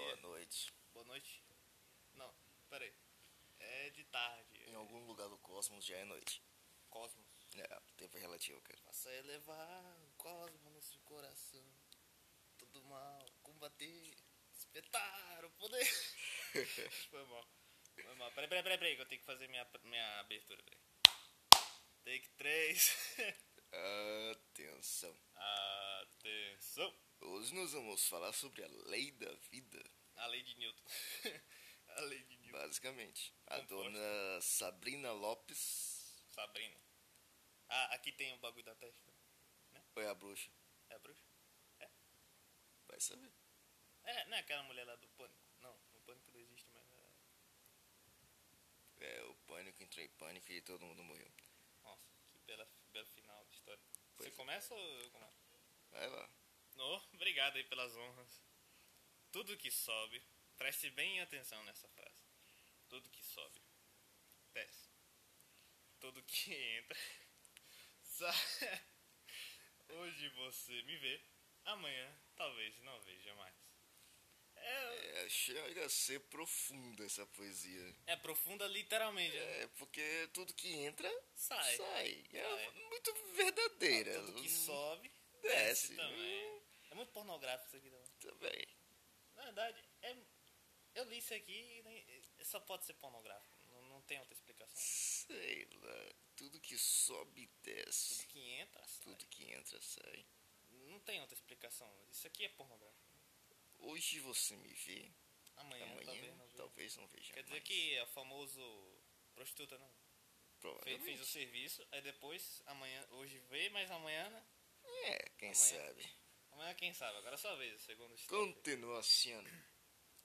É noite. Boa noite. Não, peraí. É de tarde. Em algum lugar do cosmos já é noite. Cosmos. É, tempo é relativo, cara. Faça elevar o cosmos no seu coração. Todo mal, combater, espetar o poder. Foi mal. Foi mal. Peraí, peraí, peraí, peraí, que eu tenho que fazer minha, minha abertura. Peraí. Take 3. Atenção. Atenção. Hoje nós vamos falar sobre a lei da vida, A lei de Newton. A lei de Newton. basicamente. A Composta. dona Sabrina Lopes Sabrina. Ah, aqui tem o bagulho da testa. ou é a bruxa? É a bruxa? Vai saber. É, não é aquela mulher lá do pânico. Não, o pânico não existe, mas. é- É, o pânico entrou em pânico e todo mundo morreu. Nossa, que bela, belo final de história. Pois Você é. começa ou eu começo? Vai lá. Ô, obrigado aí pelas honras. Tudo que sobe, preste bem atenção nessa frase. Tudo que sobe, desce. Tudo que entra, sai. Hoje você me vê, amanhã talvez não veja mais. É, É, chega a ser profunda essa poesia. é profunda literalmente. né? É, porque tudo que entra, Sai. sai. É Sai. muito verdadeira. Hum, é, Tudo que sobe, Desce. também. É muito pornográfico isso aqui também. Hum, Também. Na verdade, é, eu li isso aqui e nem- só pode ser pornográfico. Não, não tem outra explicação. Sei lá. Tudo que sobe, Tudo desce. que entra, sai. Tudo que entra, sai. Não tem outra explicação. Isso aqui é pornográfico. Hoje você me vê, Amanhã, amanhã talvez não veja. talvez não veja. Quer dizer mais. que é o famoso prostituta, não. Fe- Fez, Provavelmente. o serviço, aí depois, amanhã, hoje vê, mas amanhã, né? É, quem Amanhã. sabe. Amanhã quem sabe, agora só vez, segundo o Stephen. Continua sendo.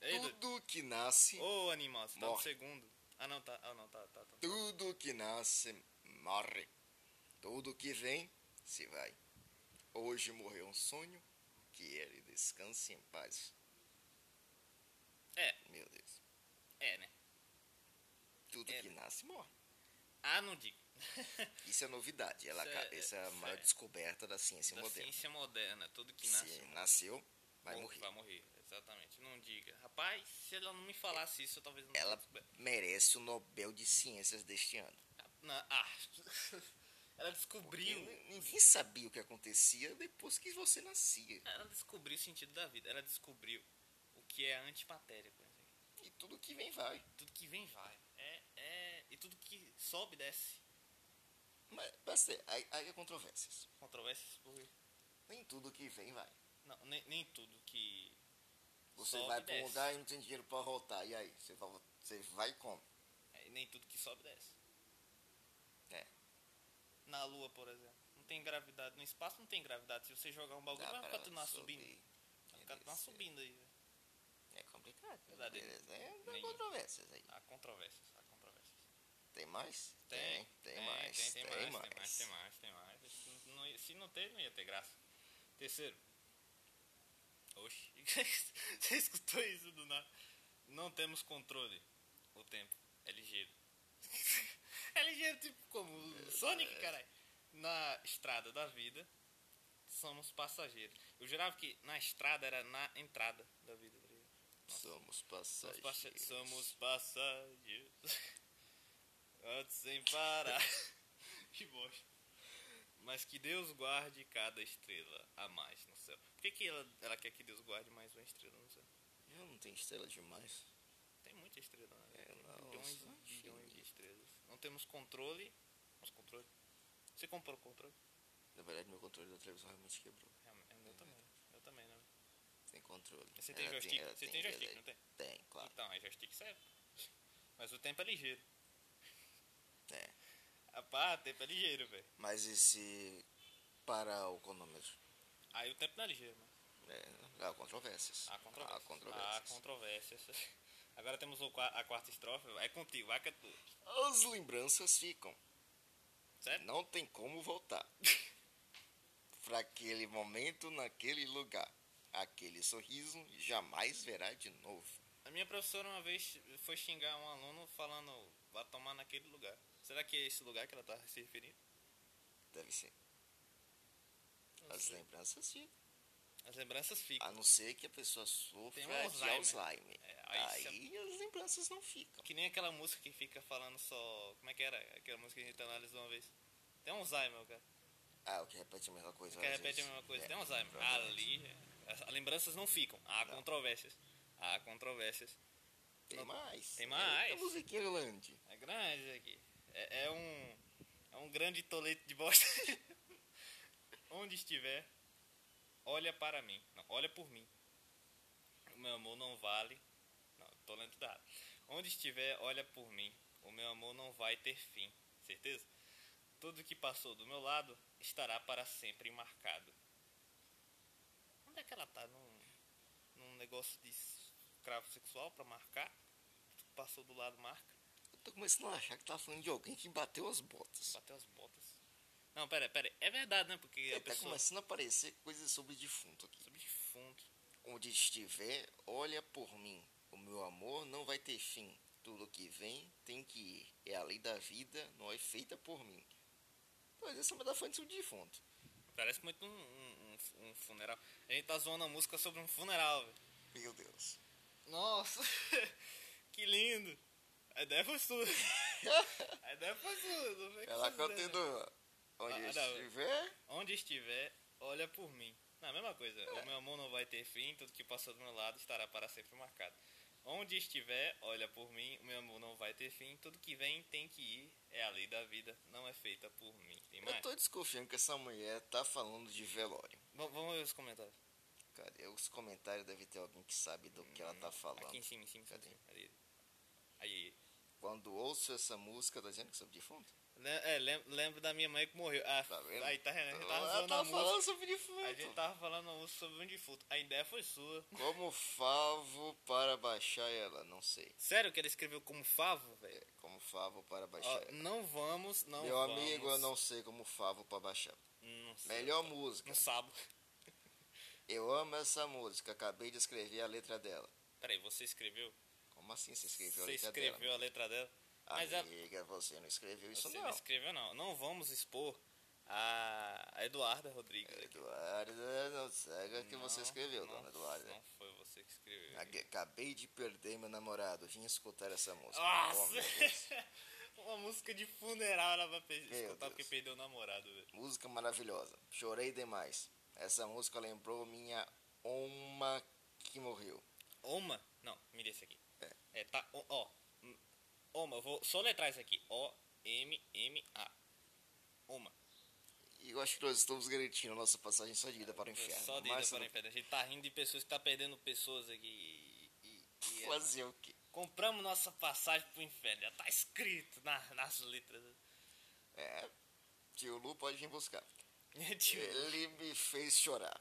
Ei, doido. Tudo que nasce, Ô animal, você tá no Morre. segundo. Ah não, tá. Ah não, tá, tá, tá. tudo que nasce, morre. Tudo que vem, se vai. Hoje morreu um sonho, que ele descanse em paz. É. Meu Deus. É, né? Tudo É. que nasce, morre. Ah, não digo. Isso é novidade. Ela, Isso ca- é- essa é a isso maior é- descoberta da ciência da moderna. ciência moderna, tudo que nasce. Se nasceu, vai Ou morrer. Vai morrer, exatamente. Não diga. Rapaz, se ela não me falasse isso, eu talvez não Ela tivesse- merece o Nobel de Ciências deste ano. Na- ah. ela Porque descobriu. n- ninguém sabia o que acontecia depois que você nascia. Ela descobriu o sentido da vida. Ela descobriu o que é a antimatéria. por exemplo. E tudo que vem vai. Tudo que vem vai. É, é, e tudo que sobe desce. Mas, mas é, aí, aí há controvérsias. Controvérsias por Nem tudo que vem vai. Não, nem, nem tudo que. Você sobe vai para um desce. lugar e não tem dinheiro para voltar. E aí? Você vai, você vai como? É, nem tudo que sobe desce. É. Na lua, por exemplo. Não tem gravidade. No espaço não tem gravidade. Se você jogar um bagulho, Dá vai pra continuar subir, subindo. Vai continuar descer. subindo aí, velho. É complicado. Verdade. Beleza. É, há Nem- controvérsias aí. Há controvérsias, há controvérsias. Tem mais? Tem, mais. Tem, tem mais, tem mais, tem mais, tem mais. Se não, se não tem, não ia ter graça. Terceiro. Oxi. Você escutou isso do nada? Não temos controle. O tempo é ligeiro. é ligeiro, tipo como É, o Sonic, caralho. Na estrada da vida, somos passageiros. Eu jurava que na estrada era na entrada da vida. tá ligado? Somos Somos, passageiros. passa somos passageiros. Antes sem parar. que bosta. Mas que Deus guarde cada estrela a mais no céu. Por que, que ela, ela quer que Deus guarde mais uma estrela no céu? Eu não tenho estrela demais. Tem muita estrela, né? É, Tem nossa, bilhões e bilhões de estrelas. Não temos controle. Nosso controle. Você comprou o controle? Na verdade, meu controle da televisão realmente quebrou. É, é o meu também. Eu também, né? Tem controle. É, Você tem Ela joystick? ela Você tem joystick, não verdade. tem? Tem, claro. Então, aí joystick serve. Mas o tempo é ligeiro. É. Rapaz, o tempo é ligeiro, velho. Mas e se parar o cronômetro? Aí o tempo não é ligeiro, mano. É, há controvérsias. Há controvérsias. Há controvérsias. Há controvérsias. Agora temos o qua- a quarta estrofe. É contigo, vai que é tu. As lembranças ficam. Certo? Não tem como voltar. Para aquele momento, naquele lugar. Aquele sorriso jamais verá de novo. A minha professora uma vez foi xingar um aluno falando, vá tomar naquele lugar. Será que é esse lugar que ela tá se referindo? Deve ser. Não As sei. lembranças ficam. As lembranças ficam. A não ser que a pessoa Tem sofra um de Alzheimer. Alzheimer. É, Aí, cê- Aí as lembranças não ficam. que nem aquela música que fica falando só. Como é que era? Aquela música que a gente analisou uma vez. Tem um Alzheimer, cara. Ah, o que repete a mesma coisa. Que às repete a vezes. mesma coisa. É, Tem um Alzheimer. provavelmente. Ali, as as lembranças não ficam. Há Não. controvérsias. Há controvérsias. Tem mais. Tem mais. É, a musiquinha Irlande. É grande isso aqui. É, é um. É um grande tolete de bosta. Onde estiver, olha para mim. Não, olha por mim. O meu amor não vale. Não, tô lendo tudo errado. Onde estiver, olha por mim. O meu amor não vai ter fim. Certeza? Tudo que passou do meu lado estará para sempre marcado. Onde é que ela tá? Num, num negócio de cravo sexual para marcar? Tudo que passou do lado marca? Eu tô começando a achar que tá falando de alguém que bateu as botas. Bateu as botas. Não, pera, pera. É verdade, né? Porque É, a tá pessoa. começando a aparecer coisas sobre defunto aqui. Sobre fundo. Onde estiver, olha por mim. O meu amor não vai ter fim. Tudo que vem tem que ir. É a lei da vida, não é feita por mim. Mas essa é uma da fonte sobre defunto. Parece muito um, um- um fu- um funeral. A gente tá zoando a música sobre um funeral, velho. Meu Deus. Nossa! que lindo! A ideia foi sua. A ideia foi sua. Não foi que Ela vocês deram. continua. Onde Ah, não. estiver, Onde estiver, olha por mim. Na mesma coisa, o meu amor não vai ter fim, tudo que passou do meu lado estará para sempre marcado. Onde estiver, olha por mim, o meu amor não vai ter fim, tudo que vem tem que ir, é a lei da vida, não é feita por mim. Tem mais? eu tô desconfiando que essa mulher tá falando de velório. V- vamos ver os comentários. Cara, os comentários deve ter alguém que sabe do que ela tá falando. Hum, Aqui em cima, em cima, em cima. Cadê? Ali. Aí. Quando ouço essa música, tá dizendo que é sobre defunto? Le- é, lem- lembro da minha mãe que morreu. Ah, Tá vendo? aí tá, a gente tava ela zoando a tá música. falando sobre defunto. A gente tá- tava falando a música sobre um defunto. A ideia foi sua. Como favo para baixar ela? Não sei. Sério que ele escreveu como favo, velho? É, como favo para baixar Ó, ela. não vamos, não Meu vamos. amigo, eu não sei como favo para baixar. Não sei, Melhor tá. música. Não sabo. Eu amo essa música. Acabei de escrever a letra dela. Peraí, você escreveu? Como assim você escreveu você a letra escreveu dela? a letra dela? Mas ela- Amiga, você não escreveu isso você não. não escreveu, não. Não vamos expor a a Eduarda Rodrigues. aqui. Eduarda, não cega É, que você Não, escreveu, não, dona Eduarda. Não foi você que escreveu. Ague- Acabei de perder meu namorado. Vim escutar essa música. Oh, Nossa! meu Deus. Uma música de funeral ela vai pe- Meu escutar porque Deus. perdeu o namorado, velho. Música maravilhosa. Chorei demais. Essa música lembrou minha oma que morreu. Oma? Não, me dê esse aqui. É. É, tá. Ó. ó, hum, Oma, eu vou soletrar isso aqui. O-M-M-A. Oma. E eu acho que nós estamos garantindo a nossa passagem só de ida para o inferno. Só de ida Mas para o não- inferno. A gente tá rindo de pessoas que tá perdendo pessoas aqui. E, e- e- é Fazer o quê? Compramos nossa passagem pro inferno. Já tá escrito na- nas letras. É, tio Lu pode vir buscar. Tio, Ele me fez chorar.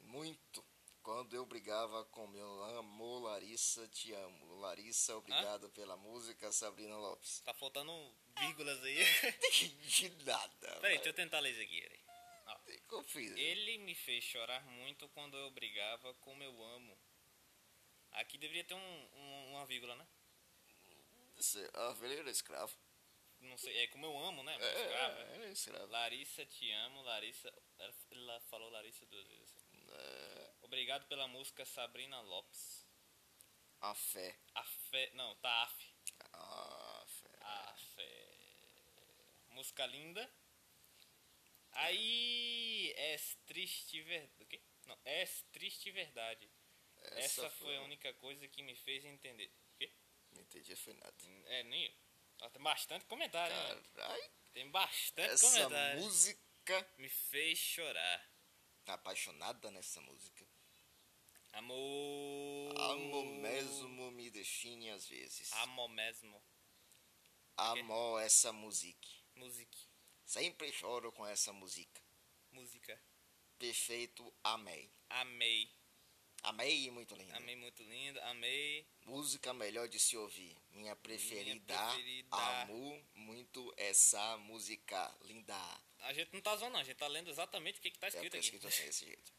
Muito. Quando eu brigava com meu amor Larissa, te amo. Larissa, obrigado pela música, Sabrina Lopes. Tá faltando vírgulas aí. De nada. Peraí, mas deixa eu tentar ler isso aqui. peraí. tem confio. Ele me fez chorar muito quando eu brigava com meu amo. Aqui deveria ter um- um- uma vírgula, né? Você- Ah, ele era escravo. Não sei, é como eu amo, né? É, Mas, ah, é, é escravo. Larissa, te amo, Larissa. Ela- Ela falou Larissa duas vezes. É, Obrigado pela música Sabrina Lopes. a fé. A fé. Não, tá af. A fé. A fé. Música linda. Aí. É triste verdade. O quê? Não, é triste verdade. Essa, foi a única coisa que me fez entender. O quê? Não entendi, foi nada. É, nem eu. Ó, Tem bastante comentário, né? Caralho, Tem bastante essa É comentário. música. Me fez chorar. Tá apaixonada nessa música. Amor. Amo mesmo me destine às vezes. Amo mesmo. Amo essa música. Music. Sempre choro com essa música. Música. Perfeito, amei. Amei. Amei e muito linda. Amei muito linda. Amei. Música melhor de se ouvir. Minha preferida. preferida. Amo muito essa música. Linda. A gente não tá zoando, não. A gente tá lendo exatamente o que, que tá É porque escrito aqui. tá escrito assim, desse jeito.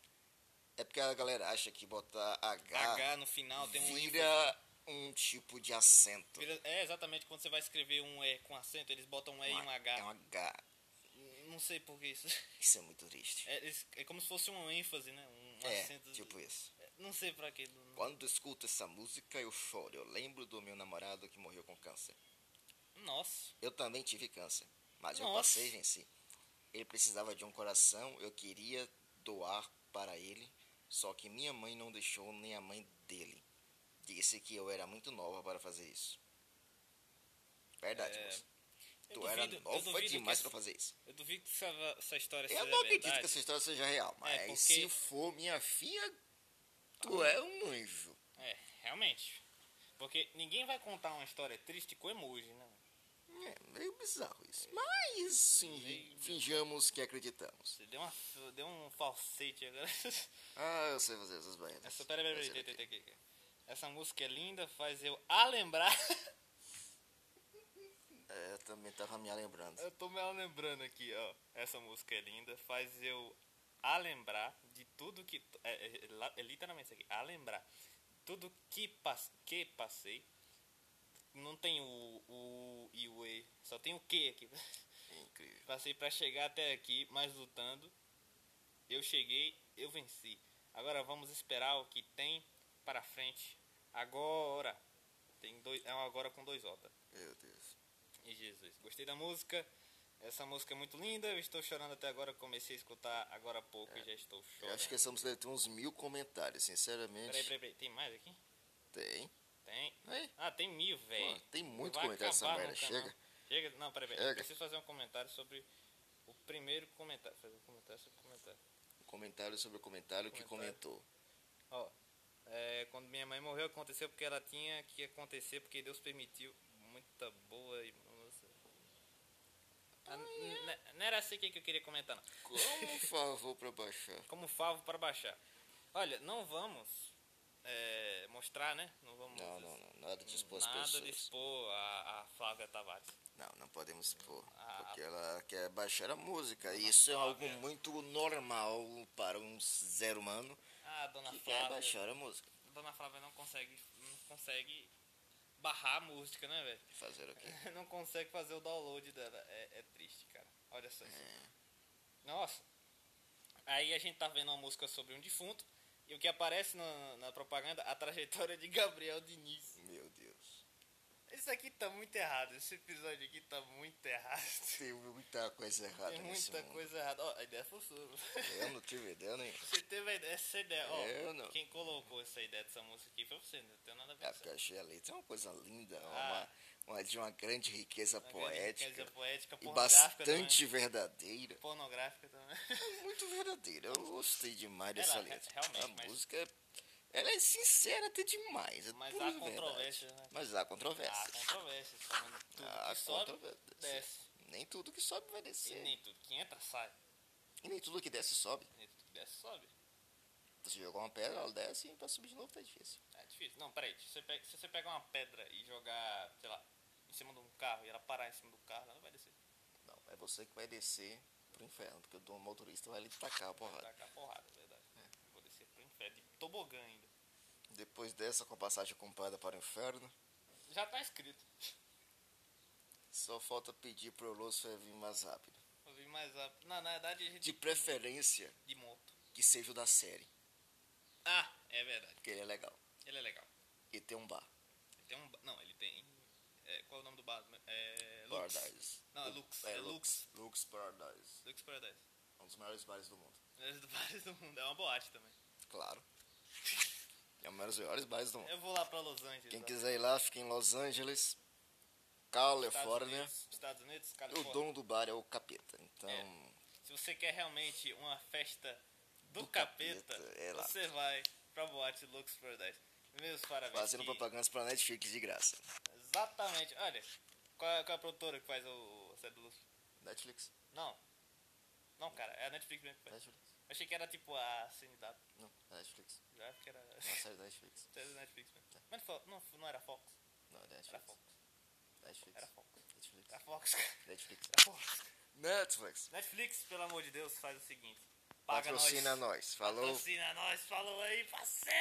É porque a galera acha que botar H, H no final tem um hífen. vira um tipo de acento. Vira- É exatamente quando você vai escrever um E com acento, eles botam um E e um É um H. H. Não sei por que isso. Isso é muito triste. É, eles- é como se fosse um ênfase, né? Um É, acento. tipo isso. Não sei pra que. não- Quando escuto essa música, eu choro. Eu lembro do meu namorado que morreu com câncer. Nossa. Eu também tive câncer, mas eu Nossa. passei e venci. Ele precisava de um coração, eu queria doar para ele, só que minha mãe não deixou, nem a mãe dele. Disse que eu era muito nova para fazer isso. Verdade, É, moço. eu Tu era duvido- eu nova duvido que demais essa- para fazer isso. Eu duvido que essa, essa história seja Eu não acredito verdade. É, que essa história seja real, mas porque- Ah. se for minha filha, tu é um anjo. É, realmente. Porque ninguém vai contar uma história triste com emoji, né? É meio bizarro isso. É. Mas sim, finjamos que acreditamos. Você deu, uma, deu um falsete agora. Ah, eu sei fazer essas banheiras. Essa, é pera, pera, pera, pera, pera, pera. Essa música é linda, faz eu a lembrar. É, eu também tava me lembrando. Eu tô me lembrando aqui, ó. Essa música é linda, faz eu a lembrar de tudo que. É, é, é la- é literalmente isso aqui, a lembrar. Tudo que, pas, que passei. Não tem o, o e o e, só tem o que aqui. É incrível. Passei pra chegar até aqui, mas lutando. Eu cheguei, eu venci. Agora vamos esperar o que tem para frente. Agora. Tem dois, é um agora com dois J. Meu Deus. E Jesus. Gostei da música. Essa música é muito linda. Eu estou chorando até agora. Comecei a escutar agora há pouco e já estou É, Eu chorando. acho que essa música deve ter uns mil comentários, sinceramente. Peraí, peraí, peraí. Tem mais aqui? Tem. Tem. Aí, Ah, tem mil, velho. Pô, tem muito Vai comentário essa acabar merda. nunca, Chega. Não. Chega. Não, peraí, peraí. Eu Chega. preciso fazer um comentário sobre o primeiro comentário. Fazer um comentário sobre o comentário. Comentário sobre o comentário que Comentário. comentou. Ó, é, quando minha mãe morreu, aconteceu porque ela tinha que acontecer, porque Deus permitiu. Muita boa e. Nossa. Ah, n- n- Não era assim que que eu queria comentar, não. Como favor pra baixar? Como favo para baixar. Olha, não vamos é, mostrar, né? Não vamos. Não, não, não. Nada de expor as Nada de pessoas. expor a, a Flávia Tavares. Não, não podemos expor. Ah. Porque ela quer baixar a música. E isso é Flávia. algo muito normal para um ser humano Ah, dona que é, quer Flávia. baixar a música. Dona Flávia não consegue, não consegue barrar a música, né, velho? Fazer o quê? não consegue fazer o download dela. É, é triste, cara. Olha só isso. Nossa. Aí a gente tá vendo uma música sobre um defunto. E o que aparece na, na propaganda? A trajetória de Gabriel Diniz. Meu Deus. Isso aqui tá muito errado. Esse episódio aqui tá muito errado. Tem muita coisa errada Tem nesse muita mundo. coisa errada. Ó, a ideia foi sua. Eu não tive ideia nenhuma. Você teve a ideia- essa ideia. Ó, Eu não. Quem colocou essa ideia dessa música aqui foi você. né? Não tem nada a ver É, com porque isso. eu achei a letra uma coisa linda, é Ah. uma, uma- de uma grande riqueza Uma grande é poética riqueza poética, e pornográfica bastante verdadeira. também. Pornográfica também. Muito verdadeira, eu gostei demais dessa Ela, re- letra. realmente, a mas- música ela é sincera até demais. É Mas pura há verdade. controvérsias, né? Mas há Há controvérsias. controvérsias. também. Tudo que Há sobe, controvérsias. desce. Nem tudo que sobe vai E descer. nem tudo que entra sai. E nem tudo que desce sobe. E nem tudo que desce sobe. Você jogou uma pedra, ela desce e pra subir de novo tá difícil. É difícil. Não, peraí. Se você, pega, se você pegar uma pedra e jogar, sei lá, em cima de um carro e ela parar em cima do carro, ela não vai descer. Não, é você que vai descer pro inferno, porque o motorista vai lhe tacar a Vai porrada. tacar porrada, na verdade. É. Vou descer pro inferno. De tobogã ainda. Depois dessa, com a passagem comprada para o inferno, Já tá escrito. Só falta pedir pro Lucifer vir mais rápido. Vou vir mais rápido. Não, na verdade, a gente. De preferência De moto. que seja o da série, Ah, é verdade. porque ele é legal. Ele é legal. E tem um bar, Ele tem um. ba- Não, ele tem. é, qual é o nome do bar? É. Lux. Paradise. Não, é Lux. É, É Lux. Lux. Lux Paradise. Lux Paradise. Um dos maiores bares do mundo. Melhores do bares do mundo. É uma boate também. Claro. É um dos maiores bares do mundo. Eu vou lá pra Los Angeles. Quem lá. quiser ir lá, fica em Los Angeles, Estados Califórnia. Unidos, Estados Unidos, O Califórnia. É. dono do bar é o Capeta. Então, Se você quer realmente uma festa do, Do capeta, capeta, é lá. você vai pra boate Lux Paradise. Meus parabéns. fazendo que- propagandas pra Netflix de graça. Exatamente. Olha, qual é, qual é a produtora que faz o, o set do Lux? Netflix? Não. Não, cara, é a Netflix mesmo que faz. Netflix? Achei que era tipo a CNW. Não, é Netflix. Já acho que era. É uma série da Netflix. era da Netflix mesmo. Mas não, não, não era Fox. Não, é da Era Netflix. Fox. Netflix. Era Fox. Netflix. Era Fox, cara. Netflix. Era Fox. Netflix. Netflix, pelo amor de Deus, faz o seguinte. Paga Patrocina nós. nós. Falou. Patrocina nós, falou aí, parceiro.